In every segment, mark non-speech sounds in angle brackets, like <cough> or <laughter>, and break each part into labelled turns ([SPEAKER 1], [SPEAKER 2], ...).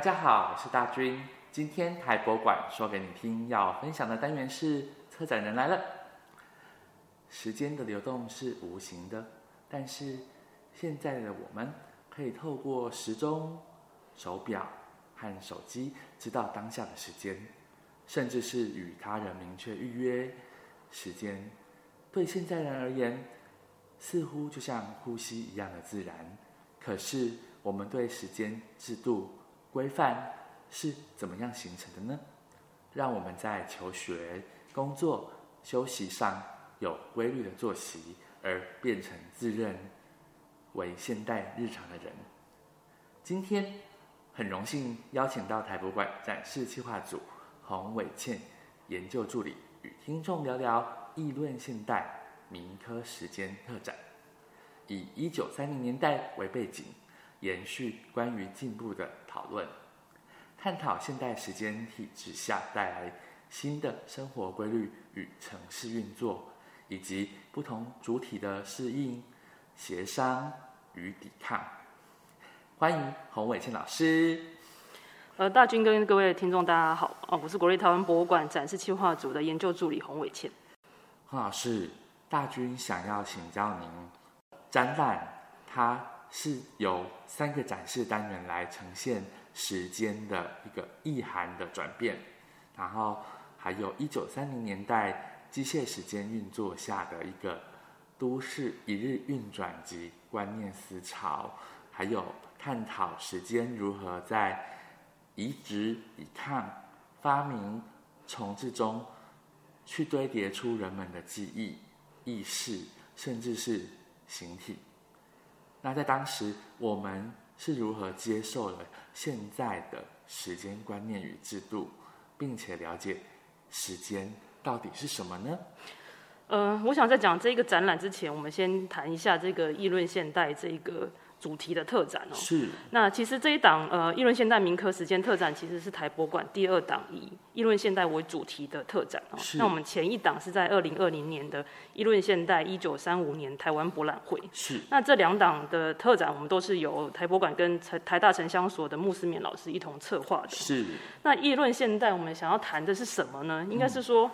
[SPEAKER 1] 家好，我是大军。今天台博馆说给你听要分享的单元是策展人来了。时间的流动是无形的，但是现在的我们可以透过时钟、手表和手机知道当下的时间，甚至是与他人明确预约时间。对现在人而言，似乎就像呼吸一样的自然。可是我们对时间制度规范是怎么样形成的呢？让我们在求学、工作、休息上有规律的作息，而变成自认为现代日常的人。今天很荣幸邀请到台博馆展示企划组洪伟倩研究助理与听众聊聊议论现代民科时间特展。以一九三零年代为背景，延续关于进步的讨论，探讨现代时间体制下带来新的生活规律与城市运作，以及不同主体的适应、协商与抵抗。欢迎洪伟倩老师。
[SPEAKER 2] 呃，大军跟各位听众大家好，哦，我是国立台湾博物馆展示企划组的研究助理洪伟倩。
[SPEAKER 1] 洪老师，啊大军想要请教您。展览它是由三个展示单元来呈现时间的一个意涵的转变，然后还有一九三零年代机械时间运作下的一个都市一日运转及观念思潮，还有探讨时间如何在移植、抵抗、发明、重置中去堆叠出人们的记忆、意识，甚至是。形体。那在当时，我们是如何接受了现在的时间观念与制度，并且了解时间到底是什么呢？
[SPEAKER 2] 呃，我想在讲这个展览之前，我们先谈一下这个议论现代这个主题的特展哦。
[SPEAKER 1] 是。
[SPEAKER 2] 那其实这一档呃议论现代民科时间特展，其实是台博馆第二档以议论现代为主题的特展哦。
[SPEAKER 1] 是
[SPEAKER 2] 那我们前一档是在二零二零年的议论现代一九三五年台湾博览会。
[SPEAKER 1] 是
[SPEAKER 2] 那这两档的特展，我们都是由台博馆跟台台大城乡所的穆思勉老师一同策划的。
[SPEAKER 1] 是
[SPEAKER 2] 那议论现代，我们想要谈的是什么呢？应该是说，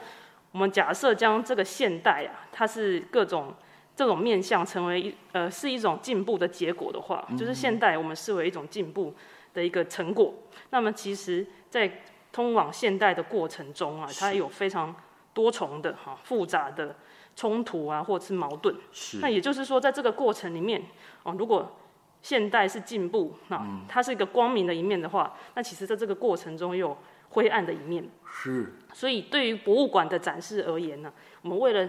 [SPEAKER 2] 我们假设将这个现代啊，它是各种这种面向成为一呃是一种进步的结果的话，就是现代我们视为一种进步的一个成果。那么其实，在通往现代的过程中啊，它有非常多重的哈、复杂的冲突啊，或者是矛盾。那
[SPEAKER 1] 是
[SPEAKER 2] 也就是说，在这个过程里面，哦，如果现代是进步，那、它是一个光明的一面的话，那其实在这个过程中又有灰暗的一面。
[SPEAKER 1] 是
[SPEAKER 2] 所以对于博物馆的展示而言呢，我们为了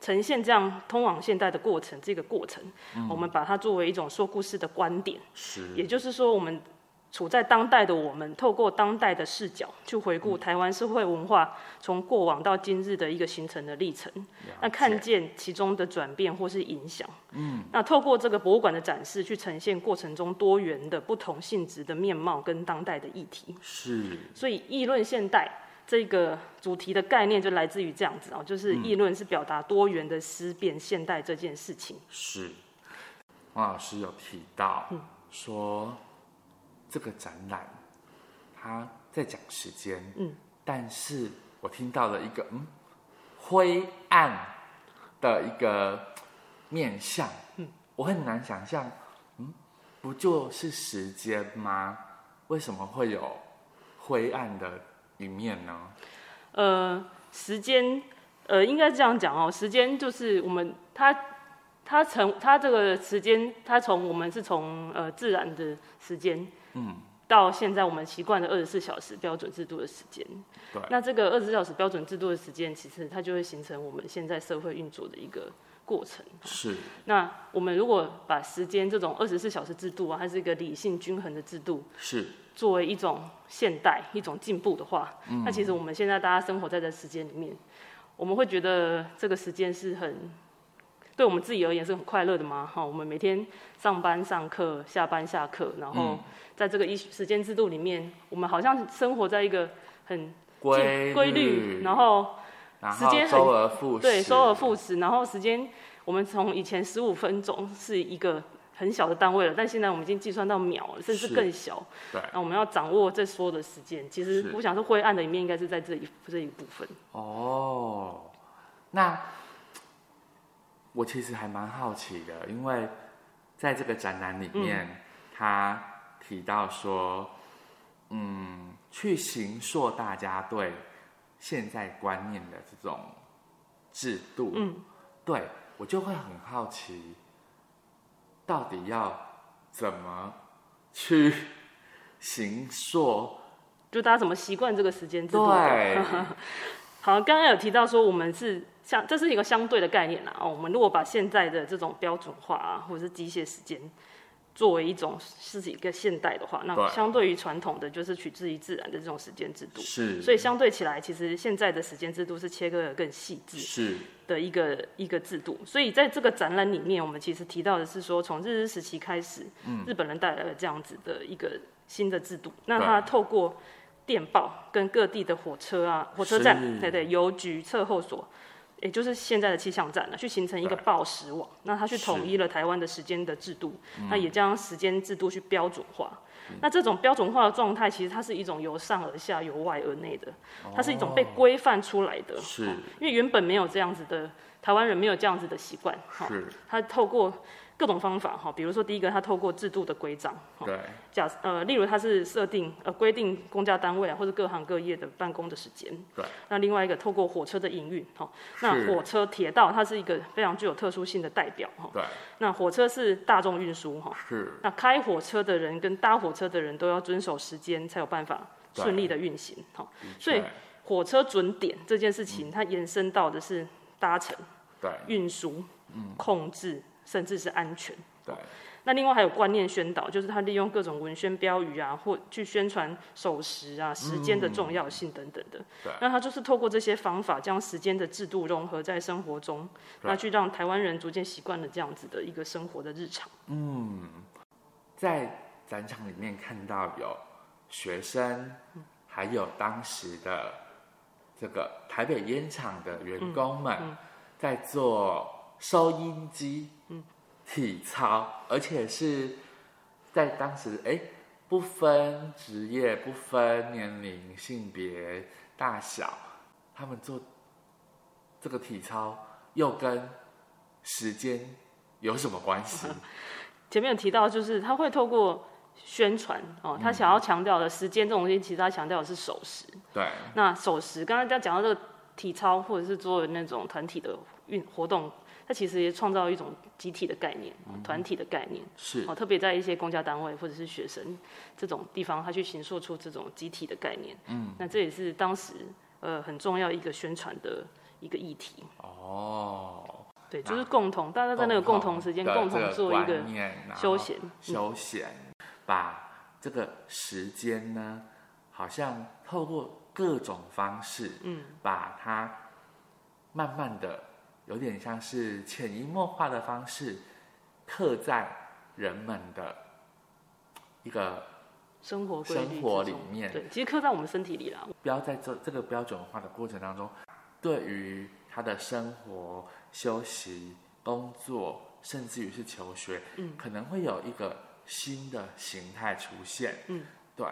[SPEAKER 2] 呈现这样通往现代的过程，这个过程，我们把它作为一种说故事的观点。也
[SPEAKER 1] 是
[SPEAKER 2] 就是说，我们处在当代的我们，透过当代的视角去回顾台湾社会文化从过往到今日的一个形成的历程，那看见其中的转变或是影响。嗯，那透过这个博物馆的展示，去呈现过程中多元的不同性质的面貌跟当代的议题。
[SPEAKER 1] 是
[SPEAKER 2] 所以，议论现代。这个主题的概念就来自于这样子哦，就是议论是表达多元的思辨现代这件事情。
[SPEAKER 1] 是。王老师有提到说，这个展览他在讲时间，
[SPEAKER 2] 嗯，
[SPEAKER 1] 但是我听到了一个嗯灰暗的一个面相，嗯，我很难想象，嗯，不就是时间吗？为什么会有灰暗的一面呢？
[SPEAKER 2] 呃，时间，呃，应该这样讲哦，时间就是我们它。它从它这个时间，它从我们是从呃自然的时间，
[SPEAKER 1] 嗯，
[SPEAKER 2] 到现在我们习惯的二十四小时标准制度的时间。
[SPEAKER 1] 对
[SPEAKER 2] 那这个二十四小时标准制度的时间，其实它就会形成我们现在社会运作的一个过程。
[SPEAKER 1] 是
[SPEAKER 2] 那我们如果把时间这种二十四小时制度啊，它是一个理性均衡的制度，
[SPEAKER 1] 是
[SPEAKER 2] 作为一种现代、一种进步的话，那其实我们现在大家生活在这时间里面，我们会觉得这个时间是很对我们自己而言是很快乐的吗？哈，我们每天上班、上课、下班、下课，然后在这个一时间制度里面，我们好像生活在一个很
[SPEAKER 1] 规
[SPEAKER 2] 规律，
[SPEAKER 1] 律，
[SPEAKER 2] 然后
[SPEAKER 1] 然
[SPEAKER 2] 时
[SPEAKER 1] 后
[SPEAKER 2] 间很
[SPEAKER 1] 周而复始，
[SPEAKER 2] 对，周而复始，然后时间我们从以前十五分钟是一个很小的单位了，但现在我们已经计算到秒了，甚至
[SPEAKER 1] 是
[SPEAKER 2] 更小。
[SPEAKER 1] 对
[SPEAKER 2] 那我们要掌握这所有的时间，其实
[SPEAKER 1] 是
[SPEAKER 2] 我想说灰暗的一面应该是在这一这一部分。
[SPEAKER 1] 哦，那我其实还蛮好奇的，因为在这个展览里面，
[SPEAKER 2] 嗯
[SPEAKER 1] 他提到说，嗯，去形塑大家对现在观念的这种制度，
[SPEAKER 2] 嗯，
[SPEAKER 1] 对我就会很好奇，到底要怎么去形塑？
[SPEAKER 2] 就大家怎么习惯这个时间制度的？ <laughs>
[SPEAKER 1] 对，
[SPEAKER 2] 好，刚刚有提到说我们是像这是一个相对的概念啦。哦，我们如果把现在的这种标准化啊，或者是机械时间作为一种是一个现代的话，
[SPEAKER 1] 对
[SPEAKER 2] 那相对于传统的就是取之于自然的这种时间制度。
[SPEAKER 1] 是，
[SPEAKER 2] 所以相对起来，其实现在的时间制度是切割的更细致
[SPEAKER 1] 是
[SPEAKER 2] 的一个一个制度。所以在这个展览里面，我们其实提到的是说，从日治时期开始，
[SPEAKER 1] 嗯
[SPEAKER 2] 日本人带来了这样子的一个新的制度。那他透过电报跟各地的火车啊、火车
[SPEAKER 1] 是
[SPEAKER 2] 站，对对，邮局、测候所。也就是现在的气象站了，啊去形成一个
[SPEAKER 1] 对
[SPEAKER 2] 报时网。那他去
[SPEAKER 1] 是
[SPEAKER 2] 统一了台湾的时间的制度，那
[SPEAKER 1] 嗯
[SPEAKER 2] 也将时间制度去标准化。那这种标准化的状态，其实它是一种由上而下、由外而内的，它是一
[SPEAKER 1] 哦
[SPEAKER 2] 种被规范出来的。
[SPEAKER 1] 是
[SPEAKER 2] 哦因为原本没有这样子的，台湾人没有这样子的习惯。哈、
[SPEAKER 1] 是，
[SPEAKER 2] 他透过各种方法，哈、比如说第一个，他透过制度的规章，哈、
[SPEAKER 1] 对，
[SPEAKER 2] 假呃，例如他是设定呃规定公家单位啊，或者各行各业的办公的时间。
[SPEAKER 1] 对。
[SPEAKER 2] 那另外一个透过火车的营运，哈、那
[SPEAKER 1] 是
[SPEAKER 2] 火车、铁道它是一个非常具有特殊性的代表，哈、
[SPEAKER 1] 对，
[SPEAKER 2] 那火车是大众运输，哈、
[SPEAKER 1] 是
[SPEAKER 2] 那开火车的人跟搭火车的人都要遵守时间，才有办法
[SPEAKER 1] 对
[SPEAKER 2] 顺利的运行。好，
[SPEAKER 1] 的
[SPEAKER 2] 所以
[SPEAKER 1] 确
[SPEAKER 2] 火车准点这件事情，它延伸到的是搭乘、
[SPEAKER 1] 对
[SPEAKER 2] 运输、控制，甚至是安全。
[SPEAKER 1] 对
[SPEAKER 2] 那另外还有观念宣导，就是他利用各种文宣标语啊，或去宣传守时啊、时间的重要性等等的。
[SPEAKER 1] 对
[SPEAKER 2] 那他就是透过这些方法，将时间的制度融合在生活中，
[SPEAKER 1] 对
[SPEAKER 2] 那去让台湾人逐渐习惯了这样子的一个生活的日常。
[SPEAKER 1] 在展场里面看到有学生，还有当时的这个台北烟厂的员工们在做收音机体操，而且是在当时哎不分职业、不分年龄、性别大小，他们做这个体操又跟时间有什么关系？ <laughs>
[SPEAKER 2] 前面有提到，就是他会透过宣传哦，他想要强调的时间这种东西，其实他强调的是守时。
[SPEAKER 1] 对。
[SPEAKER 2] 那守时，刚刚在讲到这个体操或者是做那种团体的运活动，它其实也创造一种集体的概念、
[SPEAKER 1] 嗯
[SPEAKER 2] 哦团体的概念。
[SPEAKER 1] 是
[SPEAKER 2] 哦，特别在一些公家单位或者是学生这种地方，他去形塑出这种集体的概念。嗯，那这也是当时呃很重要一个宣传的一个议题。
[SPEAKER 1] 哦，
[SPEAKER 2] 对，就是共同，大家在那个共同时间
[SPEAKER 1] 的
[SPEAKER 2] 共
[SPEAKER 1] 这
[SPEAKER 2] 同做一
[SPEAKER 1] 观
[SPEAKER 2] 个
[SPEAKER 1] 念然后
[SPEAKER 2] 休闲嗯
[SPEAKER 1] 休闲，把这个时间呢，好像透过各种方式，嗯，把它慢慢的，有点像是潜移默化的方式，刻在人们的一个
[SPEAKER 2] 生活规律
[SPEAKER 1] 生活
[SPEAKER 2] 之中
[SPEAKER 1] 里面
[SPEAKER 2] 对，其实刻在我们身体里啦。
[SPEAKER 1] 标在这这个标准化的过程当中，对于他的生活、休息、工作，甚至于是求学，嗯，可能会有一个新的形态出现，嗯，对，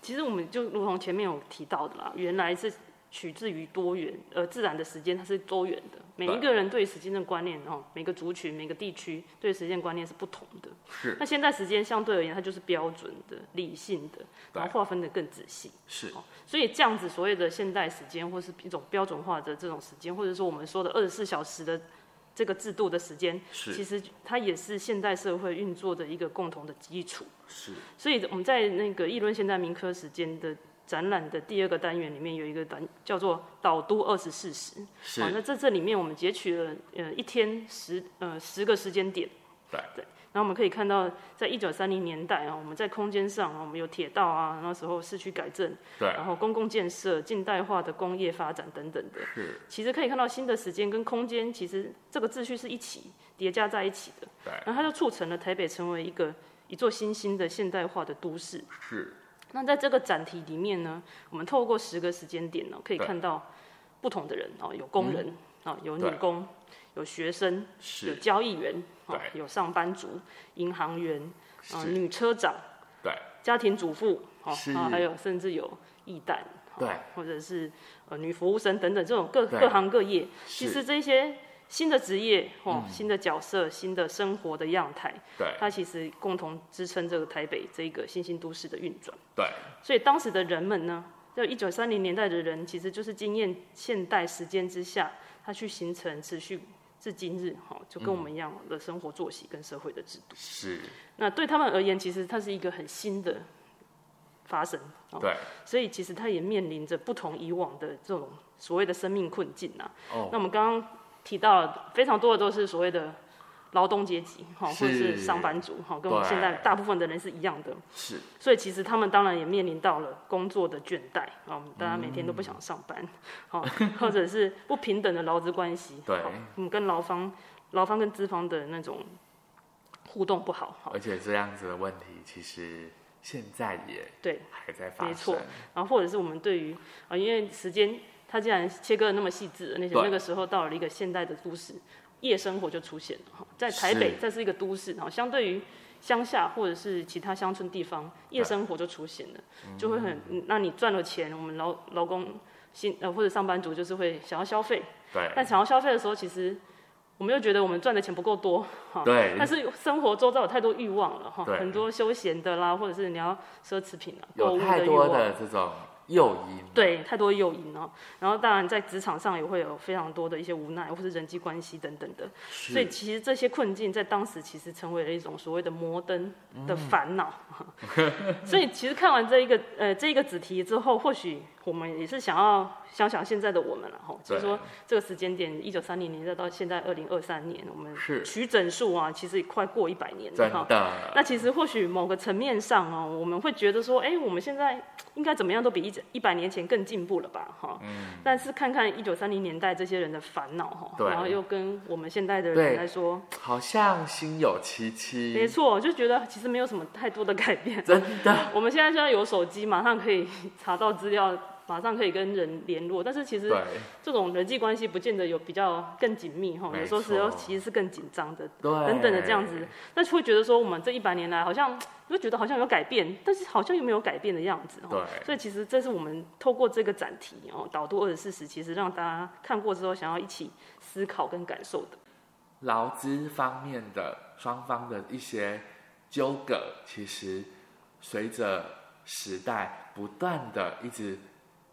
[SPEAKER 2] 其实我们就如同前面有提到的啦，原来是取自于多元，呃，自然的时间它是多元的，每一个人对时间的观念哦，每个族群、每个地区对时间观念是不同的。
[SPEAKER 1] 是
[SPEAKER 2] 那现在时间相对而言，它就是标准的、理性的，然后划分的更仔细。
[SPEAKER 1] 是
[SPEAKER 2] 所以这样子所谓的现代时间，或是一种标准化的这种时间，或者说我们说的二十四小时的这个制度的时间，其
[SPEAKER 1] 是
[SPEAKER 2] 实它也是现代社会运作的一个共同的基础。
[SPEAKER 1] 是，
[SPEAKER 2] 所以我们在那个议论现代民科时间的展览的第二个单元里面有一个单叫做“导都二十四时”。
[SPEAKER 1] 是
[SPEAKER 2] 好，那在这里面我们截取了呃一天十呃十个时间点。
[SPEAKER 1] 对
[SPEAKER 2] 对。然后我们可以看到，在一九三零年代啊，我们在空间上啊，我们有铁道啊，那时候市区改正，
[SPEAKER 1] 对
[SPEAKER 2] 然后公共建设、近代化的工业发展等等的，
[SPEAKER 1] 是，
[SPEAKER 2] 其实可以看到新的时间跟空间，其实这个秩序是一起叠加在一起的。
[SPEAKER 1] 对
[SPEAKER 2] 然后它就促成了台北成为一个一座新兴的现代化的都市。
[SPEAKER 1] 是
[SPEAKER 2] 那在这个展题里面呢，我们透过十个时间点呢，可以
[SPEAKER 1] 对嗯
[SPEAKER 2] 看到不同的人哦，有工人啊、哦，有女
[SPEAKER 1] 对
[SPEAKER 2] 工，有学生，有
[SPEAKER 1] 是
[SPEAKER 2] 交易员，哦
[SPEAKER 1] 对
[SPEAKER 2] 有上班族、银行员，啊，
[SPEAKER 1] 是，
[SPEAKER 2] 女车长，
[SPEAKER 1] 对，
[SPEAKER 2] 家庭主妇，哦
[SPEAKER 1] 是，
[SPEAKER 2] 啊还有甚至有义旦，哦
[SPEAKER 1] 对，
[SPEAKER 2] 或者是呃女服务生等等这种各
[SPEAKER 1] 对
[SPEAKER 2] 各行各业，其
[SPEAKER 1] 是，嗯
[SPEAKER 2] 实这些新的职业，哦，新的角色，新的生活的样态，
[SPEAKER 1] 对
[SPEAKER 2] 它其实共同支撑这个台北这一个新兴都市的运转。
[SPEAKER 1] 对，
[SPEAKER 2] 所以当时的人们呢，就一九三零年代的人，其实就是经验现代时间之下，他去形成持续至今日，哈、就
[SPEAKER 1] 嗯
[SPEAKER 2] 跟我们一样的生活作息跟社会的制度。
[SPEAKER 1] 是，
[SPEAKER 2] 那对他们而言，其实它是一个很新的发生，哦、
[SPEAKER 1] 对，
[SPEAKER 2] 所以其实它也面临着不同以往的这种所谓的生命困境啊。
[SPEAKER 1] 哦
[SPEAKER 2] 那我们刚刚提到了非常多的都是所谓的劳动阶级，哈、或者
[SPEAKER 1] 是
[SPEAKER 2] 是上班族，哈、跟我们
[SPEAKER 1] 对
[SPEAKER 2] 现在大部分的人是一样的。
[SPEAKER 1] 是，
[SPEAKER 2] 所以其实他们当然也面临到了工作的倦怠啊、哦，大家每天都不想上班，
[SPEAKER 1] 嗯
[SPEAKER 2] 哦，或者是不平等的劳资关系，
[SPEAKER 1] 对
[SPEAKER 2] 哦嗯，跟劳方、劳方跟资方的那种互动不好，哦哈、
[SPEAKER 1] 而且这样子的问题其实现在也
[SPEAKER 2] 对，
[SPEAKER 1] 还在发
[SPEAKER 2] 没
[SPEAKER 1] 生
[SPEAKER 2] 错，然后或者是我们对于啊、因为时间它既然切割的那么细致，那些
[SPEAKER 1] 对
[SPEAKER 2] 那个时候到了一个现代的都市，夜生活就出现了，哈在台北
[SPEAKER 1] 是
[SPEAKER 2] 这是一个都市，哈，相对于乡下或者是其他乡村地方，夜
[SPEAKER 1] 对
[SPEAKER 2] 生活就出现了，就会很，嗯那你赚了钱，我们劳劳工薪呃或者上班族就是会想要消费，
[SPEAKER 1] 对
[SPEAKER 2] 但想要消费的时候，其实我们又觉得我们赚的钱不够多，哈，
[SPEAKER 1] 对
[SPEAKER 2] 但，是生活周遭有太多欲望了哈，
[SPEAKER 1] 对
[SPEAKER 2] 很多休闲的啦，或者是你要奢侈品啊，购
[SPEAKER 1] 有
[SPEAKER 2] 物
[SPEAKER 1] 太
[SPEAKER 2] 欲
[SPEAKER 1] 多
[SPEAKER 2] 望，
[SPEAKER 1] 的这种诱因，
[SPEAKER 2] 对，太多诱因哦。然后当然在职场上也会有非常多的一些无奈，或是人际关系等等的。所以
[SPEAKER 1] 是，
[SPEAKER 2] 其实这些困境在当时其实成为了一种所谓的摩登的
[SPEAKER 1] <laughs>
[SPEAKER 2] 烦恼。所以其实看完这一个呃这一个子题之后，或许我们也是想要想想现在的我们了哈，就是说这个时间点一九三零年代到现在二零二三年，我们
[SPEAKER 1] 是
[SPEAKER 2] 取整数啊，其实也快过一百年了
[SPEAKER 1] 真
[SPEAKER 2] 哈。
[SPEAKER 1] 的，
[SPEAKER 2] 那其实或许某个层面上哦，我们会觉得说，哎、我们现在应该怎么样都比一一百年前更进步了吧，哈。但是看看一九三零年代这些人的烦恼哈，
[SPEAKER 1] 嗯对
[SPEAKER 2] 然后又跟我们现代的
[SPEAKER 1] 对
[SPEAKER 2] 人来说，
[SPEAKER 1] 好像心有戚戚，
[SPEAKER 2] 没错，就觉得其实没有什么太多的改变。
[SPEAKER 1] 真的，
[SPEAKER 2] 我们现在现在有手机，马上可以 <laughs> 查到资料，马上可以跟人联络，但是其实
[SPEAKER 1] 对
[SPEAKER 2] 这种人际关系不见得有比较更紧密哈，
[SPEAKER 1] 没
[SPEAKER 2] 有时候时候
[SPEAKER 1] 错
[SPEAKER 2] 其实是更紧张的。
[SPEAKER 1] 对，
[SPEAKER 2] 等等的这样子，那就会觉得说，我们这一百年来好像，你会觉得好像有改变，但是好像又没有改变的样子哦。
[SPEAKER 1] 对
[SPEAKER 2] 所以其实这是我们透过这个展题哦，导读二十四史，其实让大家看过之后，想要一起思考跟感受的。
[SPEAKER 1] 劳资方面的双方的一些纠葛，其实随着时代不断的一直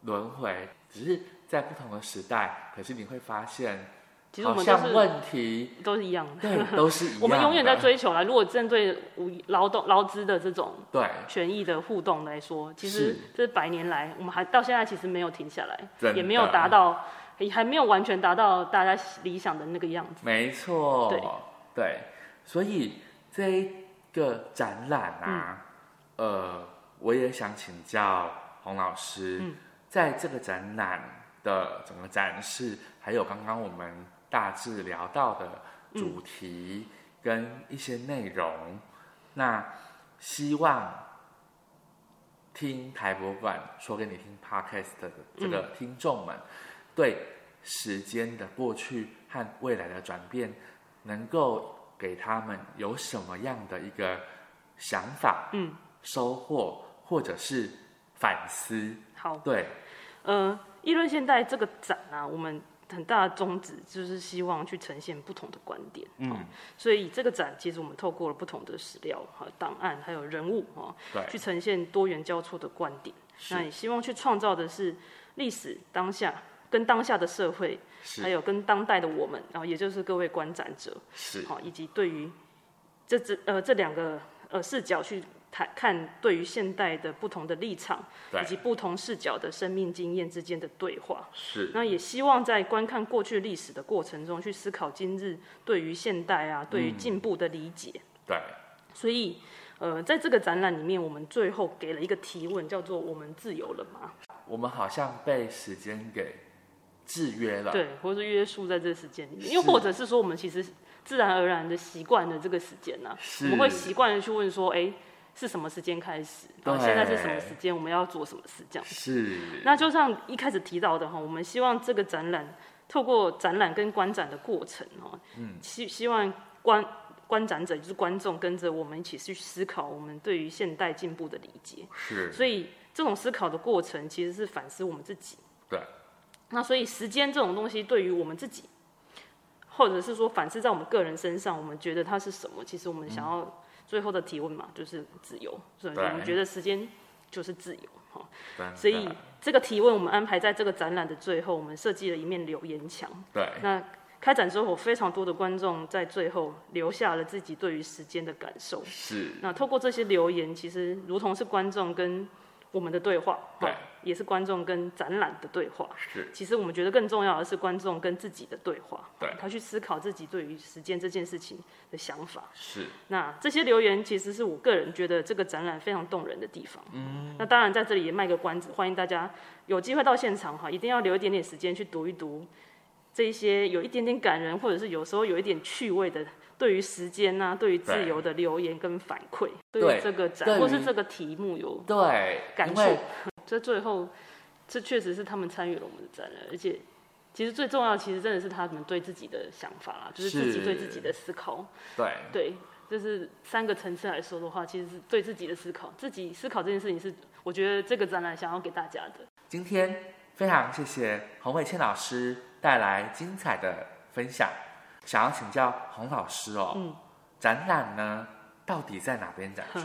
[SPEAKER 1] 轮回，只是在不同的时代，可是你会发现，
[SPEAKER 2] 其实我
[SPEAKER 1] 好
[SPEAKER 2] 们都
[SPEAKER 1] 像
[SPEAKER 2] 是
[SPEAKER 1] 问题
[SPEAKER 2] 都是一样的。
[SPEAKER 1] 对都是一样的
[SPEAKER 2] 我们永远在追求啦。如果针对无劳动劳资的这种
[SPEAKER 1] 对，
[SPEAKER 2] 权益的互动来说，其
[SPEAKER 1] 是
[SPEAKER 2] 实这百年来，我们还到现在其实没有停下来，
[SPEAKER 1] 真
[SPEAKER 2] 也没有
[SPEAKER 1] 的
[SPEAKER 2] 达到，也还没有完全达到大家理想的那个样子。
[SPEAKER 1] 没错，
[SPEAKER 2] 对
[SPEAKER 1] 对所以这一个展览
[SPEAKER 2] 嗯
[SPEAKER 1] 啊，呃，我也想请教洪老师，在这个展览的整个展示，还有刚刚我们大致聊到的主题跟一些内容，那希望。听台博馆说给你听 podcast 的这个听众们，对时间的过去和未来的转变，能够给他们有什么样的一个想法、
[SPEAKER 2] 嗯，
[SPEAKER 1] 收获，或者是反思？
[SPEAKER 2] 好。
[SPEAKER 1] 对，
[SPEAKER 2] 呃，议论现代这个展啊，我们很大的宗旨就是希望去呈现不同的观点。
[SPEAKER 1] 嗯
[SPEAKER 2] 哦所以这个展其实我们透过了不同的史料、哈档案，还有人物哦，
[SPEAKER 1] 对，
[SPEAKER 2] 去呈现多元交错的观点。那
[SPEAKER 1] 是
[SPEAKER 2] 也希望去创造的是历史当下跟当下的社会，还
[SPEAKER 1] 是
[SPEAKER 2] 有跟当代的我们，然后也就是各位观展者，
[SPEAKER 1] 是，
[SPEAKER 2] 好，以及对于这这呃这两个呃视角去谈看对于现代的不同的立场，
[SPEAKER 1] 对
[SPEAKER 2] 以及不同视角的生命经验之间的对话。
[SPEAKER 1] 是，
[SPEAKER 2] 那也希望在观看过去历史的过程中，去思考今日对于现代啊，对于
[SPEAKER 1] 嗯
[SPEAKER 2] 进步的理解。
[SPEAKER 1] 对，
[SPEAKER 2] 所以，呃，在这个展览里面，我们最后给了一个提问，叫做“我们自由了吗
[SPEAKER 1] 我们好像被时间给制约”？了，
[SPEAKER 2] 对，或者是约束在这时间里面，
[SPEAKER 1] 是
[SPEAKER 2] 又或者是说，我们其实自然而然的习惯了这个时间呢、
[SPEAKER 1] 是
[SPEAKER 2] 我们会习惯的去问说，哎、是什么时间开始，
[SPEAKER 1] 对
[SPEAKER 2] 然后现在是什么时间，我们要做什么事这样。
[SPEAKER 1] 是，
[SPEAKER 2] 那就像一开始提到的哈，我们希望这个展览透过展览跟观展的过程哦，
[SPEAKER 1] 嗯
[SPEAKER 2] 希希望观观展者就是观众跟着我们一起去思考我们对于现代进步的理解，
[SPEAKER 1] 是，
[SPEAKER 2] 所以这种思考的过程其实是反思我们自己。
[SPEAKER 1] 对，
[SPEAKER 2] 那所以时间这种东西对于我们自己，或者是说反思在我们个人身上，我们觉得它是什么？其实我们想要最后的提问嘛，就是自由。所以
[SPEAKER 1] 嗯对
[SPEAKER 2] 我们觉得时间就是自由。哈，
[SPEAKER 1] 真
[SPEAKER 2] 所以
[SPEAKER 1] 的
[SPEAKER 2] 这个提问我们安排在这个展览的最后，我们设计了一面留言墙。
[SPEAKER 1] 对，
[SPEAKER 2] 那开展之后，非常多的观众在最后留下了自己对于时间的感受。
[SPEAKER 1] 是，
[SPEAKER 2] 那透过这些留言，其实如同是观众跟我们的对话，
[SPEAKER 1] 对
[SPEAKER 2] 哈也是观众跟展览的对话。
[SPEAKER 1] 是，
[SPEAKER 2] 其实我们觉得更重要的是观众跟自己的对话，
[SPEAKER 1] 对
[SPEAKER 2] 他去思考自己对于时间这件事情的想法。
[SPEAKER 1] 是，
[SPEAKER 2] 那这些留言其实是我个人觉得这个展览非常动人的地方。嗯，那当然在这里也卖个关子，欢迎大家有机会到现场哈，一定要留一点点时间去读一读这一些有一点点感人，或者是有时候有一点趣味的。对于时间呐、对于自由的留言跟反馈，
[SPEAKER 1] 对
[SPEAKER 2] 对于这个展
[SPEAKER 1] 对于
[SPEAKER 2] 或是这个题目有
[SPEAKER 1] 对，
[SPEAKER 2] 感
[SPEAKER 1] 因
[SPEAKER 2] 触
[SPEAKER 1] 为。
[SPEAKER 2] 这最后，这确实是他们参与了我们的展览，而且其实最重要，其实真的是他们对自己的想法啦，就是自己
[SPEAKER 1] 是
[SPEAKER 2] 对自己的思考。
[SPEAKER 1] 对，
[SPEAKER 2] 对，就是三个层次来说的话，其实是对自己的思考，自己思考这件事情是我觉得这个展览想要给大家的。
[SPEAKER 1] 今天非常谢谢洪伟倩老师带来精彩的分享。想要请教洪老师哦，
[SPEAKER 2] 嗯
[SPEAKER 1] 展览呢到底在哪边展出？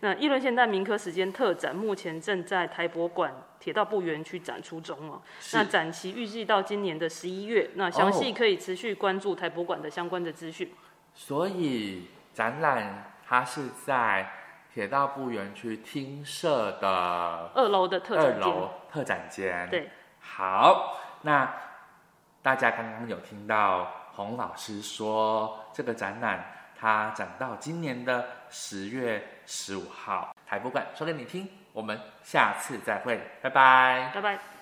[SPEAKER 2] 那议论现代民科时间特展目前正在台博馆铁道部园区展出中哦。
[SPEAKER 1] 是
[SPEAKER 2] 那展期预计到今年的十一月，那详
[SPEAKER 1] 哦
[SPEAKER 2] 细可以持续关注台博馆的相关的资讯。
[SPEAKER 1] 所以展览它是在铁道部园区厅社的
[SPEAKER 2] 二楼的特
[SPEAKER 1] 二
[SPEAKER 2] 展
[SPEAKER 1] 楼
[SPEAKER 2] 间，
[SPEAKER 1] 特展间。
[SPEAKER 2] 对，
[SPEAKER 1] 好，那大家刚刚有听到洪老师说，这个展览它展到今年的十月十五号，台博馆说给你听，我们下次再会，拜拜。
[SPEAKER 2] 拜拜。